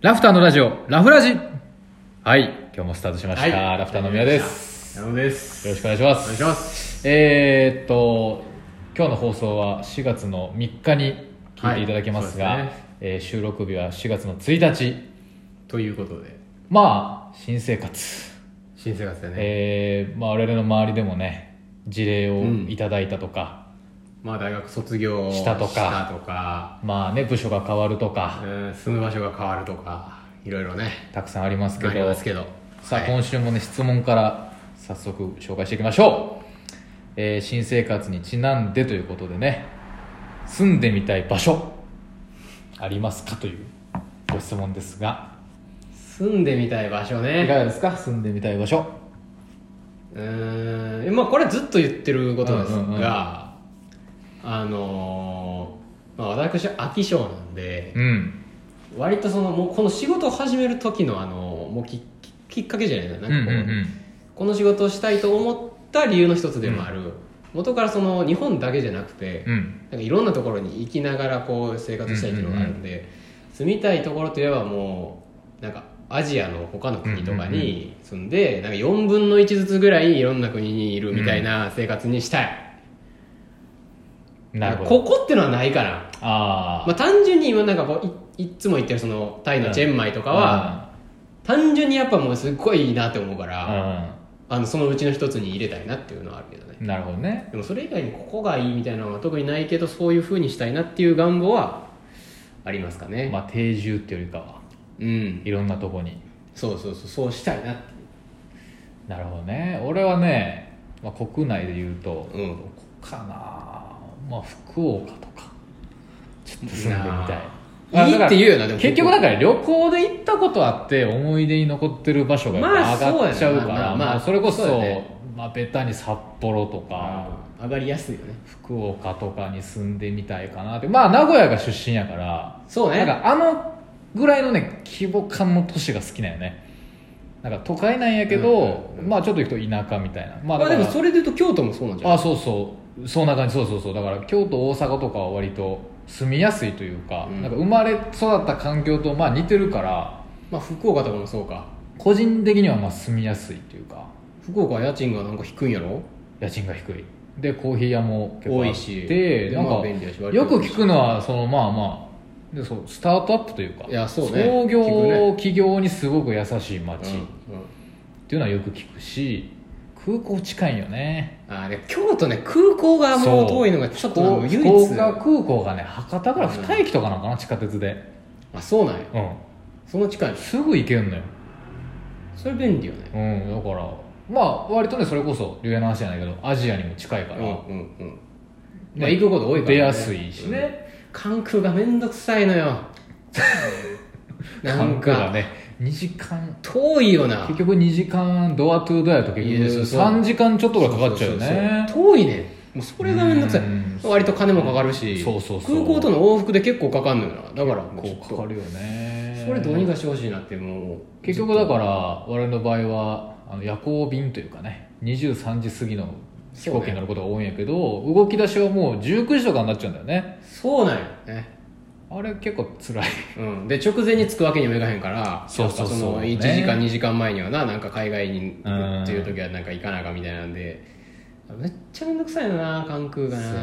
ラフターのラジオ、ラフラジはい、今日もスタートしました。はいラフターの宮です。矢野ですよろしくお願いしまおす。願いしますえー、っと、今日の放送は4月の3日に聞いていただけますが、はいそうですえー収録日は4月の1日。ということでまあ、新生活。新生活でね、えー、まあ、我々の周りでもね、事例をいただいたとか、まあ大学卒業したとかしたとかまあね、部署が変わるとか、うん住む場所が変わるとかいろいろねたくさんありますけありどま、すけどさあ、はい今週もね質問から早速紹介していきましょう、えー新生活にちなんでということでね住んでみたい場所ありますかというご質問ですが住んでみたい場所いかねがですか住んでみたい場所うーんまあこれずっと言ってることですが、うんうんうんあのーまあ、私飽き性なんで、うん割とそのもうこの仕事を始める時のあのもうきききっかけじゃないななんかこう、うんうんうんこの仕事をしたいと思った理由の一つでもある、元からその日本だけじゃなくて、うんなんかいろんなところに行きながらこう生活したいっていうのがあるんで、住みたいところといえばもうなんかアジアの他の国とかに住んで、なんか4分の1ずつぐらいいろんな国にいるみたいな生活にしたい、なるほこどこってのはないかなあまあ、単純に今なんかこういいっつも言ってるそのタイのチェンマイとあかは、単純にやっぱもうすっごいいいなって思うから、あのそのうちの一つに入れたいなっていうのはあるけどねうんなるほどねでもそれ以外にここがいいみたいなのは特にないけどそういうふうにしたいなっていう願望はありますかね、まあ定住っていうよりかはうんいろんなとこにそうそうそうそうしたいなってなるほどね俺はね、まあ、国内で言うと、うんどこかなまあ福岡とかちょっと住んでみたいなあまあだからいいって言うよなでも結局だから旅行で行ったことあって思い出に残ってる場所がまやあっぱ上がっちゃうから、そうまやあなまあまあそれこそそうやねまあ、ベタに札幌とか、うん上がりやすいよね福岡とかに住んでみたいかなってまあ名古屋が出身やからそうねなんかあのぐらいのね規模感の都市が好きなんよねなんか都会なんやけど、うんうんうんまあちょっと行くと田舎みたいなままああ、だかでらもそれで言うと京都もそうなんじゃなあいそうそうそんな感じそうそうそうだから京都大阪とかは割と住みやすいというか,、うんなんか生まれ育った環境とまあ似てるからまあ福岡とかもそうか個人的にはまあ住みやすいというか福岡は家賃がなんか低いんやろ家賃が低いでコーヒー屋も結構多あいっしてなんか、まあ便利やし割とよく聞くのはそのまあまあでそうスタートアップというかいやそうね創業、聞くね企業にすごく優しいうん街、っうんていうのはよく聞くし空港近いよねあーで京都ね空港がもう遠いのがちょっとなんか唯福一岡空港がね博多から2駅とかなのかな、地下鉄で、あそうなんやうん、その近いのすぐ行けんのよ、それ便利よねうん、だからまあ割とねそれこそ流言の話じゃないけどアジアにも近いから、うんうんうんまあ行くこと多いから、出やすいしね、関空がめんどくさいのよなん関空がかね2時間遠いよな結局2時間ドアトゥードアやと結いやそう局そう3時間ちょっとがかかっちゃうよねそうそうそう遠いねもうそれがめんどくさいうん割と金もかかるしそうそうそう空港との往復で結構かかんのよなだからもうちこょっうかかとるよねそれどうにかしてほしいなってもう結局だから我々の場合はあの夜行便というかね23時過ぎの飛行機になることが多いんやけど、動き出しはもう19時とかになっちゃうんだよねそうなんよねあれ結構辛いうん、で直前に着くわけにもいかへんからそうそうそうやっぱのね1時間、2時間前にはななんか海外にうんっていう時はなんか行かなあかんみたいなんでめっちゃめんどくさいよな関空がそうやな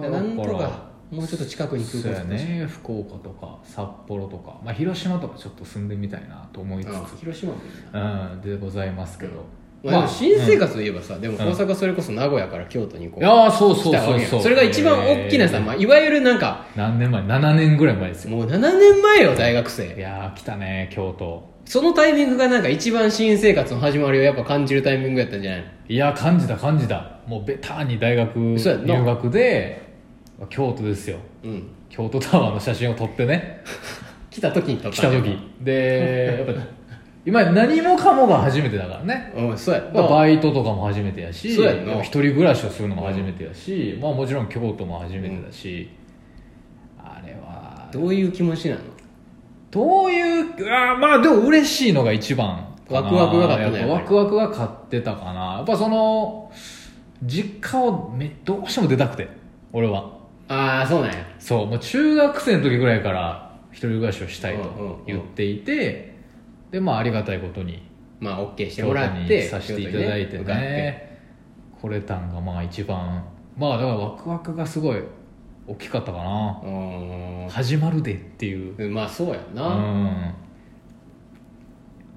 なでなんとだからかもうちょっと近くに空そう港や作ってね福岡とか札幌とか、まあ、広島とかちょっと住んでみたいなと思いつつほしいあ広島もいいうんでございますけど、な、まあ、でも新生活、活といえばさ、でも大阪それこそ名古屋から京都にこううんいやーそう来そうたそわけうやんそうそれが一番大きなさ、えーまあ、いわゆるなんか何年前7年ぐらい前ですよもう7年前よ大学い生やー来たね京都そのタイミングがなんか一番新生活の始まりをやっぱ感じるタイミングやったんじゃないのいや感じた感じたもうベターに大学そうやんな入学で京都ですようん京都タワーの写真を撮ってね来た時に撮っ来たたんや時でやっぱ今何もかもが初めてだからねうんそうやまあまあバイトとかも初めてやしそうやんなやっぱ一人暮らしをするのも初めてやし、まあ、もちろん京都も初めてだし、あれはどういう気持ちなのどういうあーまあでも嬉しいのが一番かなワクワクが勝ったねやっぱやっぱワりクワクが勝ってたかなやっぱその実家をめどうしても出たくて俺はああそうなんやそうもう中学生の時ぐらいから一一人暮らしをしたいと言っていてでまあありがたいことにまあ OK して京都もらっにてさせていただいて京ね都にねこれたんがまあ一番まあだからワクワクがすごい大きかったかな向かって始まるでっていううーんまあそうやうな、ん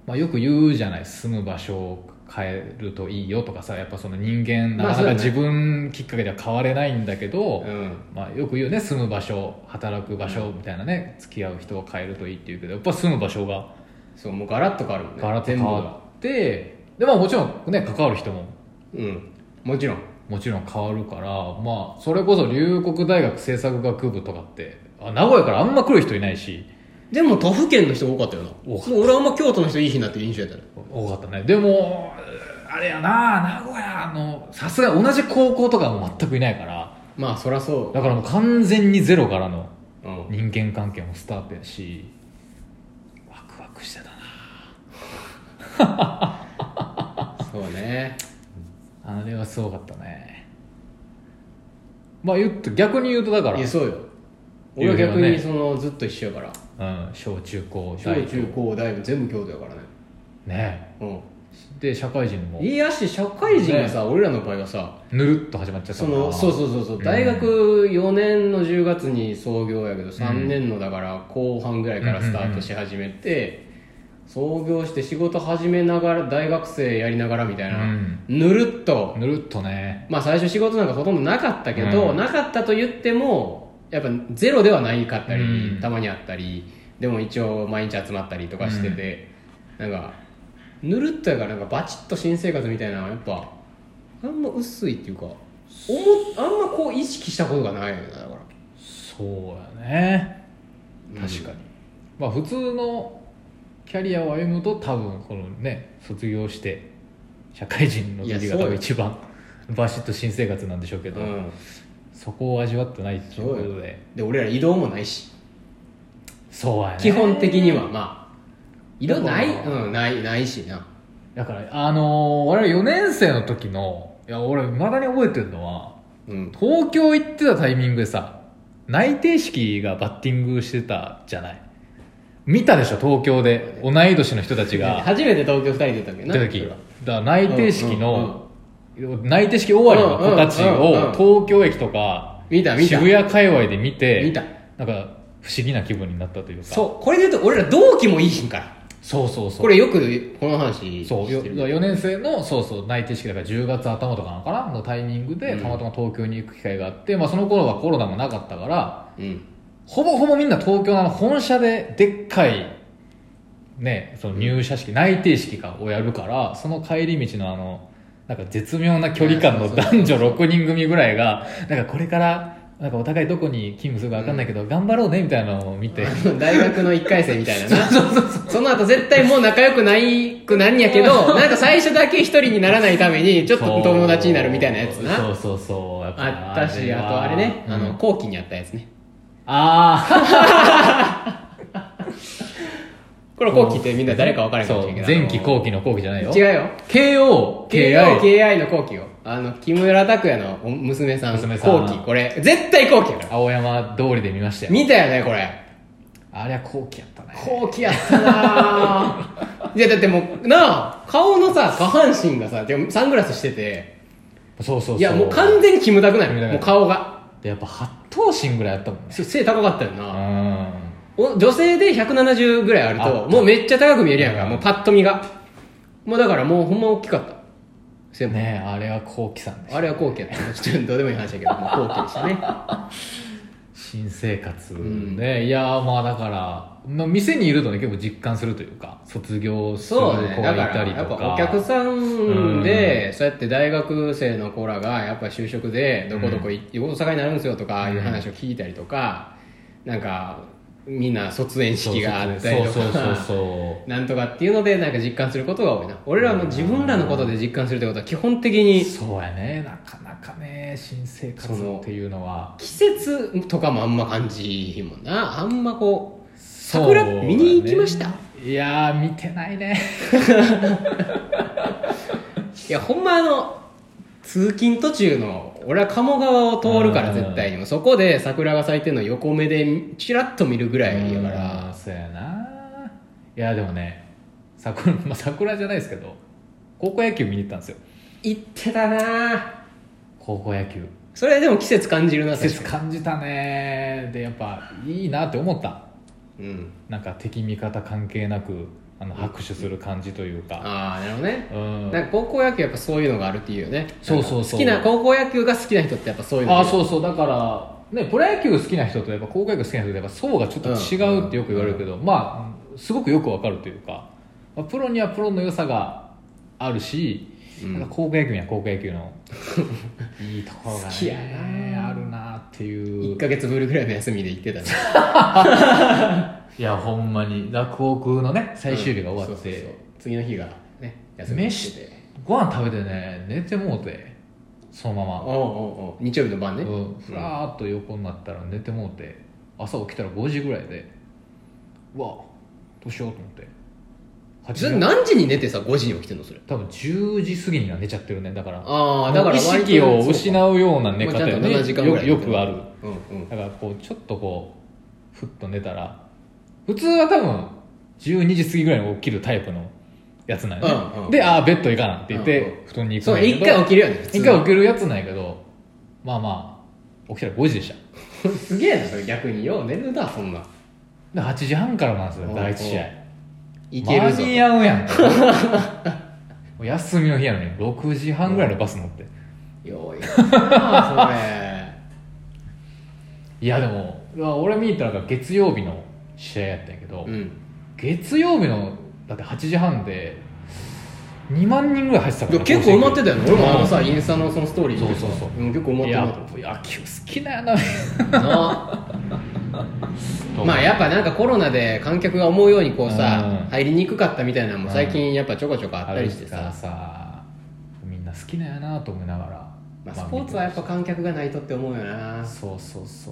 まあ、よく言うじゃない住む場所を変えるといいよとかさやっぱその人間なまあかそうなだかね自分きっかけでは変われないんだけど、うんまあ、よく言うね住む場所働く場所みたいなね付き合う人を変えるといいっていうけどやっぱ住む場所がそうもうガラッと変わるもんねガラッと全変部わがってで、まあ、もちろんね関わる人もうんもちろんもちろん変わるから、まあ、それこそ龍谷大学政策学部とかってあ名古屋からあんま来る人いないしでも他府県の人多かったよな多かったもう俺はあんま京都の人いい日になってる印象やったね多かったねでもあれやな名古屋のさすが同じ高校とかも全くいないからまあそらそだからもう完全にゼロからのう、う人ん、間関係もスタートやしワクワクしてたなそうねあれはすごかったねまあ言うと逆に言うとだからいやそうよい俺やは逆いやねにそのずっと一緒やからうん、小中高小大と中高大部全部京都やからねねうで社会人もんいやし社会人がさ、俺らの場合はさぬるっと始まっちゃったそからのそうそうそうそう大学4年の10月に創業やけど3年のだから後半ぐらいからスタートし始めて創業して仕事始めながら大学生やりながらみたいな、うんぬるっとぬるっとねまあ最初仕事なんかほとんどなかったけど、うんなかったと言ってもやっぱゼロではないかったり、うんたまにあったりでも一応毎日集まったりとかしてて、なんかぬるっとやからなんかバチッと新生活みたいなのはやっぱあんま薄いっていうか思っあんまこう意識したことがないよねだからそうやねうん確かに、まあ普通のキャリアを歩むと多分このね卒業して社会人の時いやがそうよ多分一番バシッと新生活なんでしょうけど、うん、そこを味わってないっていうことでで俺ら移動もないしそうやね基本的にはまあ移動ない、だからうん、ないないしなだからあのー、我々4年生の時のいや俺未だに覚えてるのはうん東京行ってたタイミングでさ内定式がバッティングしてたじゃない見たでしょ東京で同い年の人たちが初めて東京2人出たけ行どなった時だから内定式の内定式終わりのうんう子んたちをう東京駅とか見た見た渋谷界隈で見て見たなんか不思議な気分になったというかそうこれで言うと俺ら同期もいいひんからそうそうそうこれよくこの話そうよしてだるから4年生のそうそう内定式だから10月頭とかなのかなのタイミングでうんたまたま東京に行く機会があって、まあ、その頃はコロナもなかったからうんほぼほぼみんな東京のあの本社ででっかい、ね、その入社式、内定式かをやるからその帰り道のあのなんか絶妙な距離感いのやそうそうそう男女6人組ぐらいがなんかこれからなんかお互いどこに勤務するか分かんないけど、頑張ろうねみたいなのを見て。 大学の1回生みたいなな その後絶対もう仲良くないくなんやけどなんか最初だけ一人にならないためにちょっと友達になるみたいなやつなそうそうそうそうやぱあったしれあはとあれねうんあの後期にあったやつねあこれ後期ってみんな誰か分からあへんかそもうしれんけど前期あの後期の後期じゃないよ違うよ KO KI KI, KI の後期よあの木村拓哉のお娘さん娘さん後期これ絶対後期やから青山通りで見ましたよ見たよねこれあれは後期やったね後期やったなぁ いやだってもうなあ顔のさ下半身がさでもサングラスしててそうそうそういいやもう完全にキムタクなキムタいクもう顔がやっぱ八頭身ぐらいやったもんねそう背高かったような、んお女性で170ぐらいあるあともうめっちゃ高く見えるやんか、うんもうパッと見がもうだからもうほんま大きかった背も、ねえあれは後期さんでしたあれは後期やったちょっとどうでもいい話やけどもう後期でしたね新生活んねいやーまあだからまあ店にいるとね結構実感するというか卒業する子そうがねいだかたらりやとっかぱお客さんでそうやって大学生の子らがやっぱ就職でどこどこい、大阪になるんですよとかいう話を聞いたりとか、なんかみんな卒園式があったりとそうそうそうか そなんとかっていうのでなんか実感することが多いな俺らはもう自分らのことで実感するってことは基本的うにそうやねなかなかね新生活そのっていうのは季節とかもあんま感じひんもんなあんまこうそうだ桜ね見に行きましたいやー見てないねいやほんまあの通勤途中の俺は鴨川を通るかうらん絶対にもそこで桜が咲いてるのを横目でチラッと見るぐらいがいいやからうんそうやないやでもね桜,、 まあ、桜じゃないですけど高校野球見に行ったんですよ行ってたな高校野球それでも季節感じるな季節感じたねでやっぱいいなって思ったうんなんか敵味方関係なくあの拍手する感じというか、ああなるほどねうん、なんか高校野球やっぱそういうのがあるっていうよねそうそうそうなんか好きな高校野球が好きな人ってやっぱそういうのああそうそうだから、ね、プロ野球好きな人とやっぱ高校野球好きな人とやっぱ層がちょっと違うってよく言われるけど、まあすごくよくわかるというか、まあ、プロにはプロの良さがあるし、うんなんか高校野球には高校野球のいいところが、ね、好きやなあるなって1いうか月ぶりぐらいの休みで行ってたねいやほんまに落語のね 最終日が終わっうんそうそうてそう次の日がね休み飯ご飯食べてね寝てもうてそのままおうおうおう日曜日の晩ねうん、ふらーっと横になったら寝てもうて朝起きたら5時ぐらいでうわどうしようと思って8それぐらい何時に寝てさ5時に起きてんのそれ多分10時過ぎには寝ちゃってるねだからああだから意識を失うような寝方ねよね7時間ぐよらいよくあるうんうんだからこうちょっとこうふっと寝たら普通は多分12時過ぎぐらいに起きるタイプのやつなんやね、うんうんでああベッド行かなって言って、うん布団に行くんそうやけど一回起きるよね普通一回起きるやつなんやけどまあまあ起きたら5時でしたすげえなそれ逆によう寝るなそんなで8時半からなんですよおう第1試合いけるぞ間に合うやん もう休みの日やのに6時半ぐらいのバス乗ってよ いないやでもうわ俺見に行ったのが月曜日の試合やったんやけど、それうん月曜日のだって8時半で2万人ぐらい入ってたかいらや結構埋まってたよね俺もあのさうんインスタのそのストーリー見てさそうそうそうん結構埋まっいてやな野球好きなんやなな まあやっぱなんかコロナで観客が思うようにこうさ、うん入りにくかったみたいなのも最近やっぱちょこちょこああったれりししててささ、さみんな好きなんやなと思いながら、まあ、スポーツはやっぱ観客がないとって思うよな、そうそうそ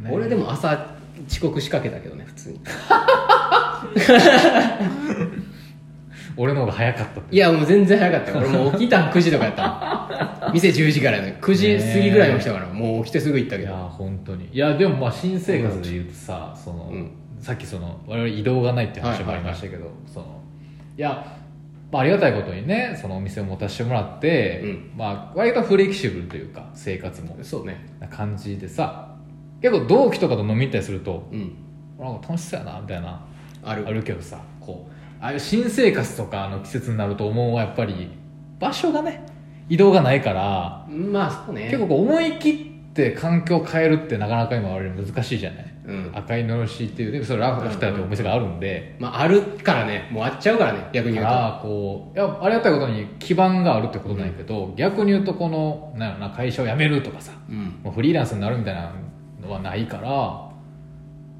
う、ね俺でも朝遅刻しかけたけどね普通に俺の方が早かったっていやもう全然早かったよ俺もう起きたん9時とかやったの店10時からね9時過ぎぐらいの人からもう起きてすぐ行ったいけやど本当にいやでもまあ新生活で言うとさ、そのうんさっきその我々移動がないって話もありましたけど、そのいや、まあ、ありがたいことにねそのお店を持たせてもらって、うんまあ、割とフレキシブルというか生活もそうねな感じでさ結構同期とかと飲み行ったりするとうんなんか楽しそうやなみたいなあるあるけどさこうああいう新生活とかの季節になると思うのはやっぱり場所がね移動がないからまあそうね結構こう思い切って環境を変えるってなかなか今我々難しいじゃないうん赤いのろしっていうでそれラフターというお店があるんで、まああるからねもうあっちゃうからね逆にだ言かうとらこういやありがたいことに基盤があるってことなんやけど、逆に言うとこのなんやろな会社を辞めるとかさうんもうフリーランスになるみたいなのはないから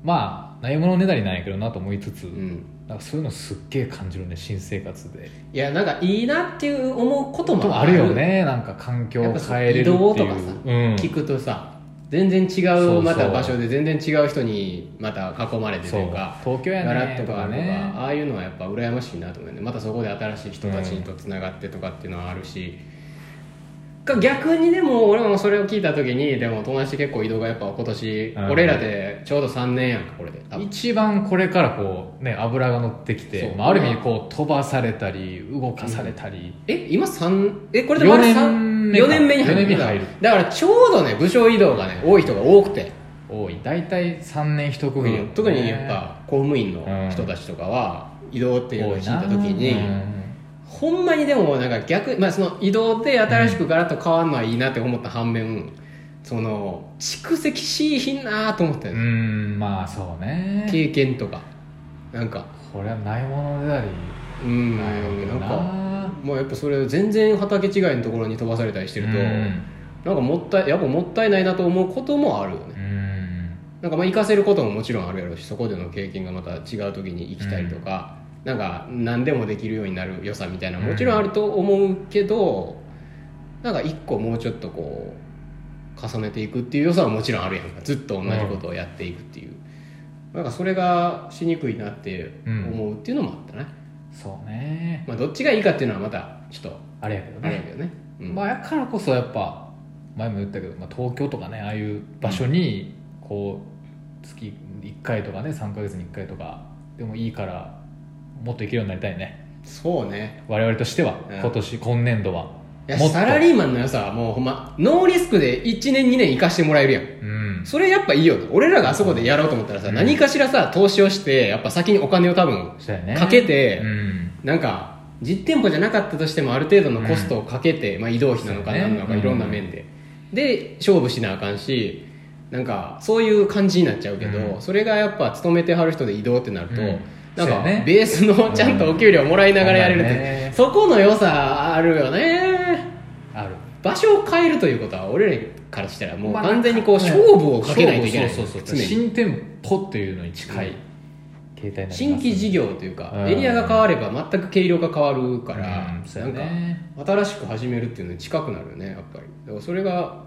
まあないものねだりなんやけどなと思いつつ、うんなんかそういうのすっげえ感じるね新生活でいやなんかいいなっていう思うこととももあるよねなんか環境やをっぱそ変うえれるっていう移動とかさうん、聞くとさ全然違そうそううまた場所で全然違う人にまた囲まれてというかそう東京やねガラッと変わるとかとかねああいうのはやっぱ羨ましいなと思うねまたそこで新しい人たちとつながってとかっていうのはあるし、か逆にでも俺もそれを聞いた時にでも友達結構移動がやっぱ今年、うん俺らでちょうど3年やんかこれで多分一番これからこうね油が乗ってきてそう、まあ、ある意味こう飛ばされたり動かされたり、え今3えこれで丸四年三目か四年目に入る四年目に入るだからちょうどね部署移動がね多い人が多くて多い大体3年一区切り、うん特にやっぱ公務員の人たちとかは移動っていうのを聞いた時に、ほんまにでもなんか逆、まあ、その移動で新しくガラッと変わるのはいいなって思った反面、その蓄積しいひんなと思ったうよん、うね、んまあそうね経験とかなんかこれはないものねだりうんないわけなだんかなもうやっぱそれ全然畑違いのところに飛ばされたりしてると、うんなんかもったいやっぱもったいないなと思うこともあるよねうんなんかまあ行かせることももちろんあるやろうしそこでの経験がまた違う時に行きたりとか、なんか何でもできるようになる良さみたいなのもちろんあると思うけど、なんか一個もうちょっとこう重ねていくっていう良さはもちろんあるやんかずっと同じことをやっていくっていう、なんかそれがしにくいなって思うっていうのもあったね、そうねまあ、どっちがいいかっていうのはまたちょっとあれやけどあれやね、けどね、うんまあやからこそやっぱ前も言ったけど、まあ、東京とかねああいう場所にこう月1回とかね3ヶ月に1回とかでもいいからもっと行けるようになりたいねそうね我々としてはうん今年、今年度はいやもっとサラリーマンの良さはもうほんまノーリスクで1年2年生かしてもらえるやんうんそれやっぱいいよね俺らがあそこでやろうと思ったらさ、うん何かしらさ投資をしてやっぱ先にお金を多分したよねかけてうんなんか実店舗じゃなかったとしてもある程度のコストをかけて、まあ、移動費なのかそうね何なのかいろんな面で、で勝負しなあかんしなんかそういう感じになっちゃうけど、うんそれがやっぱ勤めてはる人で移動ってなると、うんなそうんかやねベースのちゃんとお給料もらいながらやれるって、そうだねそこの良さあるよねある場所を変えるということは俺らからしたらもうまあ完全にこうね勝負をかけないといけないそうそうそうそう常に新店舗っていうのに近い、うん形態になりますね新規事業というかうんエリアが変われば全く経量が変わるから、うんそうなやんかね新しく始めるっていうのに近くなるよねやっぱりだからそれが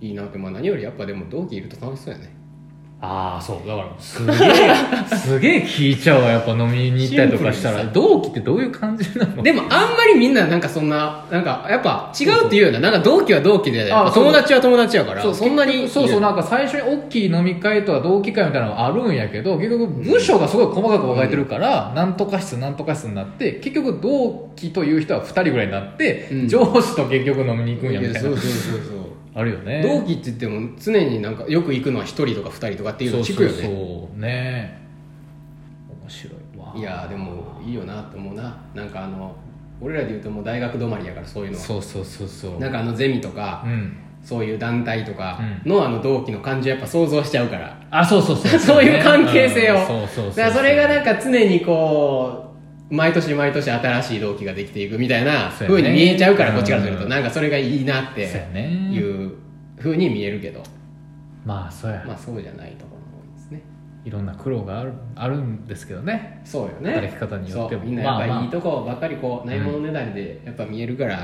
いいなって、まあ、何よりやっぱでも同期いると楽しそうやねああそうだからすげえすげえ聞いちゃうわやっぱ飲みに行ったりとかしたらシン同期ってどういう感じなのでもあんまりみんななんかそんななんかやっぱ違うっていうようななんか同期は同期でやっぱあそう友達は友達やからそそううんなにそうそうななんか最初に大きい飲み会とか同期会みたいなのがあるんやけど結局部署がすごい細かく分かれてるから、なんとか室なんとか室になって結局同期という人は2人ぐらいになって、うん上司と結局飲みに行くんやみたいそなうそうそうそうあるよね同期って言っても常になんかよく行くのは1人とか2人とかっていうの聞くよねそうそうそうね面白いわいやーでもいいよなって思うななんかあの俺らで言うともう大学止まりやからそういうのはそうそうそうそうなんかあのゼミとか、うんそういう団体とかのあの同期の感じをやっぱ想像しちゃうから、あそうそう そうそういう関係性を、うんそうそうそうだからそれがなんか常にこう毎年毎年新しい同期ができていくみたいなそうふやねうに見えちゃうからこっちからするうとんなんかそれがいいなっそうやてねいうふうに見えるけどまあそうや、まあそうじゃないところも多いですねいろんな苦労があるあるんですけどねそうよね働き方によってもそうみんなやっぱまあまあいいとこばっかりこうないものねだりでやっぱ見えるから、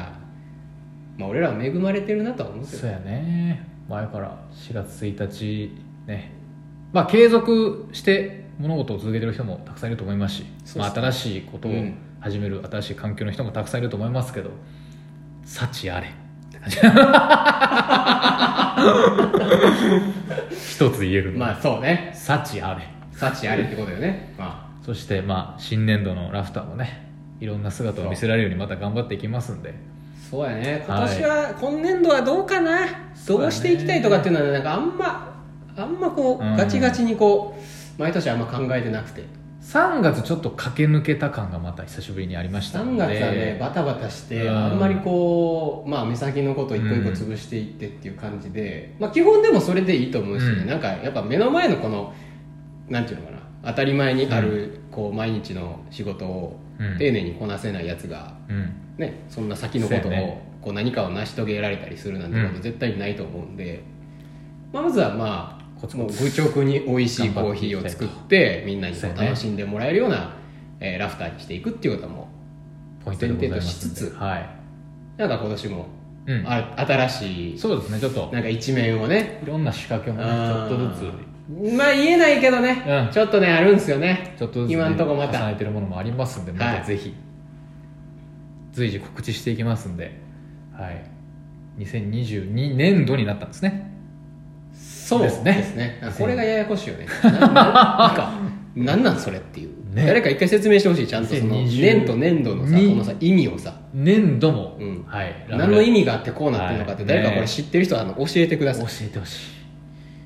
まあ俺らは恵まれてるなとは思うけそどうやね前から4月1日ねまあ継続して物事を続けてる人もたくさんいると思いますしそうまそあ、新うしいことをうん始める、新しい環境の人もたくさんいると思いますけど幸あれ 一つ言えるのは、まあそうね幸あれ幸あれってことよねまそしてまあ新年度のラフターもねいろんな姿を見せられるようにまた頑張っていきますんであそうやね今年は、今年度はどうかなそうやねどうしていきたいとかっていうのはなんかあんまあんまこう、うんガチガチにこう毎年あんま考えてなくて3月ちょっと駆け抜けた感がまた久しぶりにありました3ので月はねバタバタして、うんあんまりこう、まあ、目先のこと一個一個潰していってっていう感じで、まあ、基本でもそれでいいと思うし、うんなんかやっぱ目の前のこのなんていうのかな当たり前にある、こう毎日の仕事をうん丁寧にこなせないやつが、うんね、そんな先のことそを、うやねこう何かを成し遂げられたりするなんてこうんと絶対にないと思うんで、まあ、まずはまあコツもコうツ愚直に美味しいコーヒーを作ってみんなにこそううやね楽しんでもらえるような、えーラフターにしていくっていうこともポイントでございますんで前提としつつはい、なんか今年も、うん、あ新しいそうですねちょっとなんか一面をねいろんな仕掛けもねちょっとずつつまあ言えないけどね、うんちょっとねあるんですよねちょっとずつ、今んとこまた重ねてるものもありますんでまたぜひ、随時告知していきますんではい2022年度になったんですねそうでですねすねこれがややこしいよねななんかなんなんそれっていう、ね誰か一回説明してほしいちゃんとその2020年と年度のさこにのさ意味をさ年度も、うんはい何の意味があってこうなってるのかってはい誰かこれ知ってる人はあの教えてくださ教い、えてほし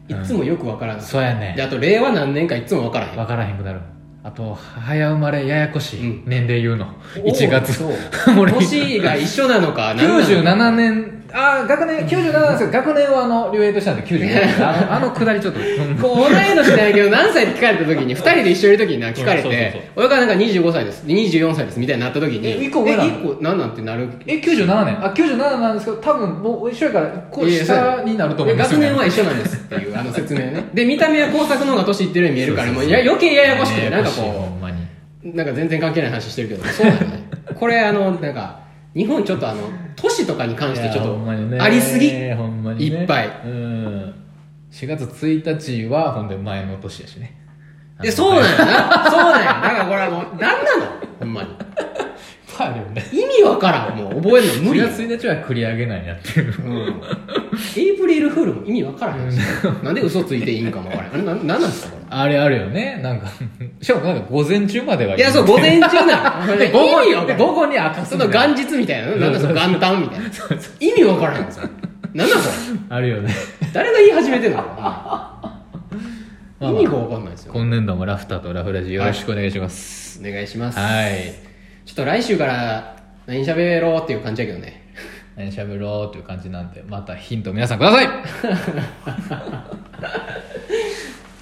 いいつもよくわからない、そうやであねと令和何年かいつもわからへん分からへんくなるあと早生まれややこしい、うん年齢言うのおー1月 そう 俺年が一緒なの か何なのか97年ああ学年97なんですよ学年はあの竜兵としたんで95年あのあのくだりちょっと、うんこう同い年じゃないけど何歳って聞かれた時に2人で一緒にいる時にな聞かれうんそうそうて親がなんか25歳です24歳ですみたいになった時にえ一個上なのえ一個何なんてなるえ97年あ97なんですけど多分もう一緒やからこういやいや下になると思うんです学よ、ね、年は一緒なんですっていうあの説明ねで見た目は工作の方が年いってるように見えるからもういや余計ややこしくてなんやかやこしいほこんまにうなんか全然関係ない話してるけどそうなんだ ねこれあのなんか日本ちょっとあの都市とかに関してちょっいやほんまにねとありすぎほんまにねいっぱいうん4月1日はほんで前の年やしねでそうなんやなそうなんやだからこれはもう何なのほんまにさあるよね意味わからんもう覚えるの無4理よ月1日は繰り上げないなっていううんエイプリルフールも意味わからへんし、なんで嘘ついていいんかもわからへんあれななんなんですかこあれあるよねなんかしかもなんか午前中まではれいやそう午前中なので意午後味わかでらん午後に明かすそみたのいな元日みたいなのなんだその元旦みたいな意味わからへんぞなんなんこあるよねれ誰が言い始めてんのこれまあ意味がわかんないですよ今年度もラフターとラフラジよろしくお願いしますお願いしますはいちょっと来週から何喋ろうっていう感じやけどね何しゃべろうという感じなんでまたヒント皆さんください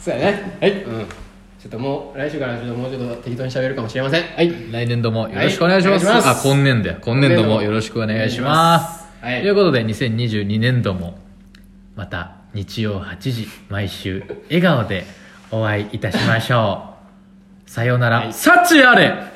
そうやねはいうんちょっともう来週からちょっともうちょっと適当に喋るかもしれませんはい来年度もよろしくお願いします,、はいお願いしますあ今年度や今年度もよろしくお願いしますお願いしますはいということで2022年度もまた日曜8時毎週笑顔でお会いいたしましょうさようなら、はい幸あれ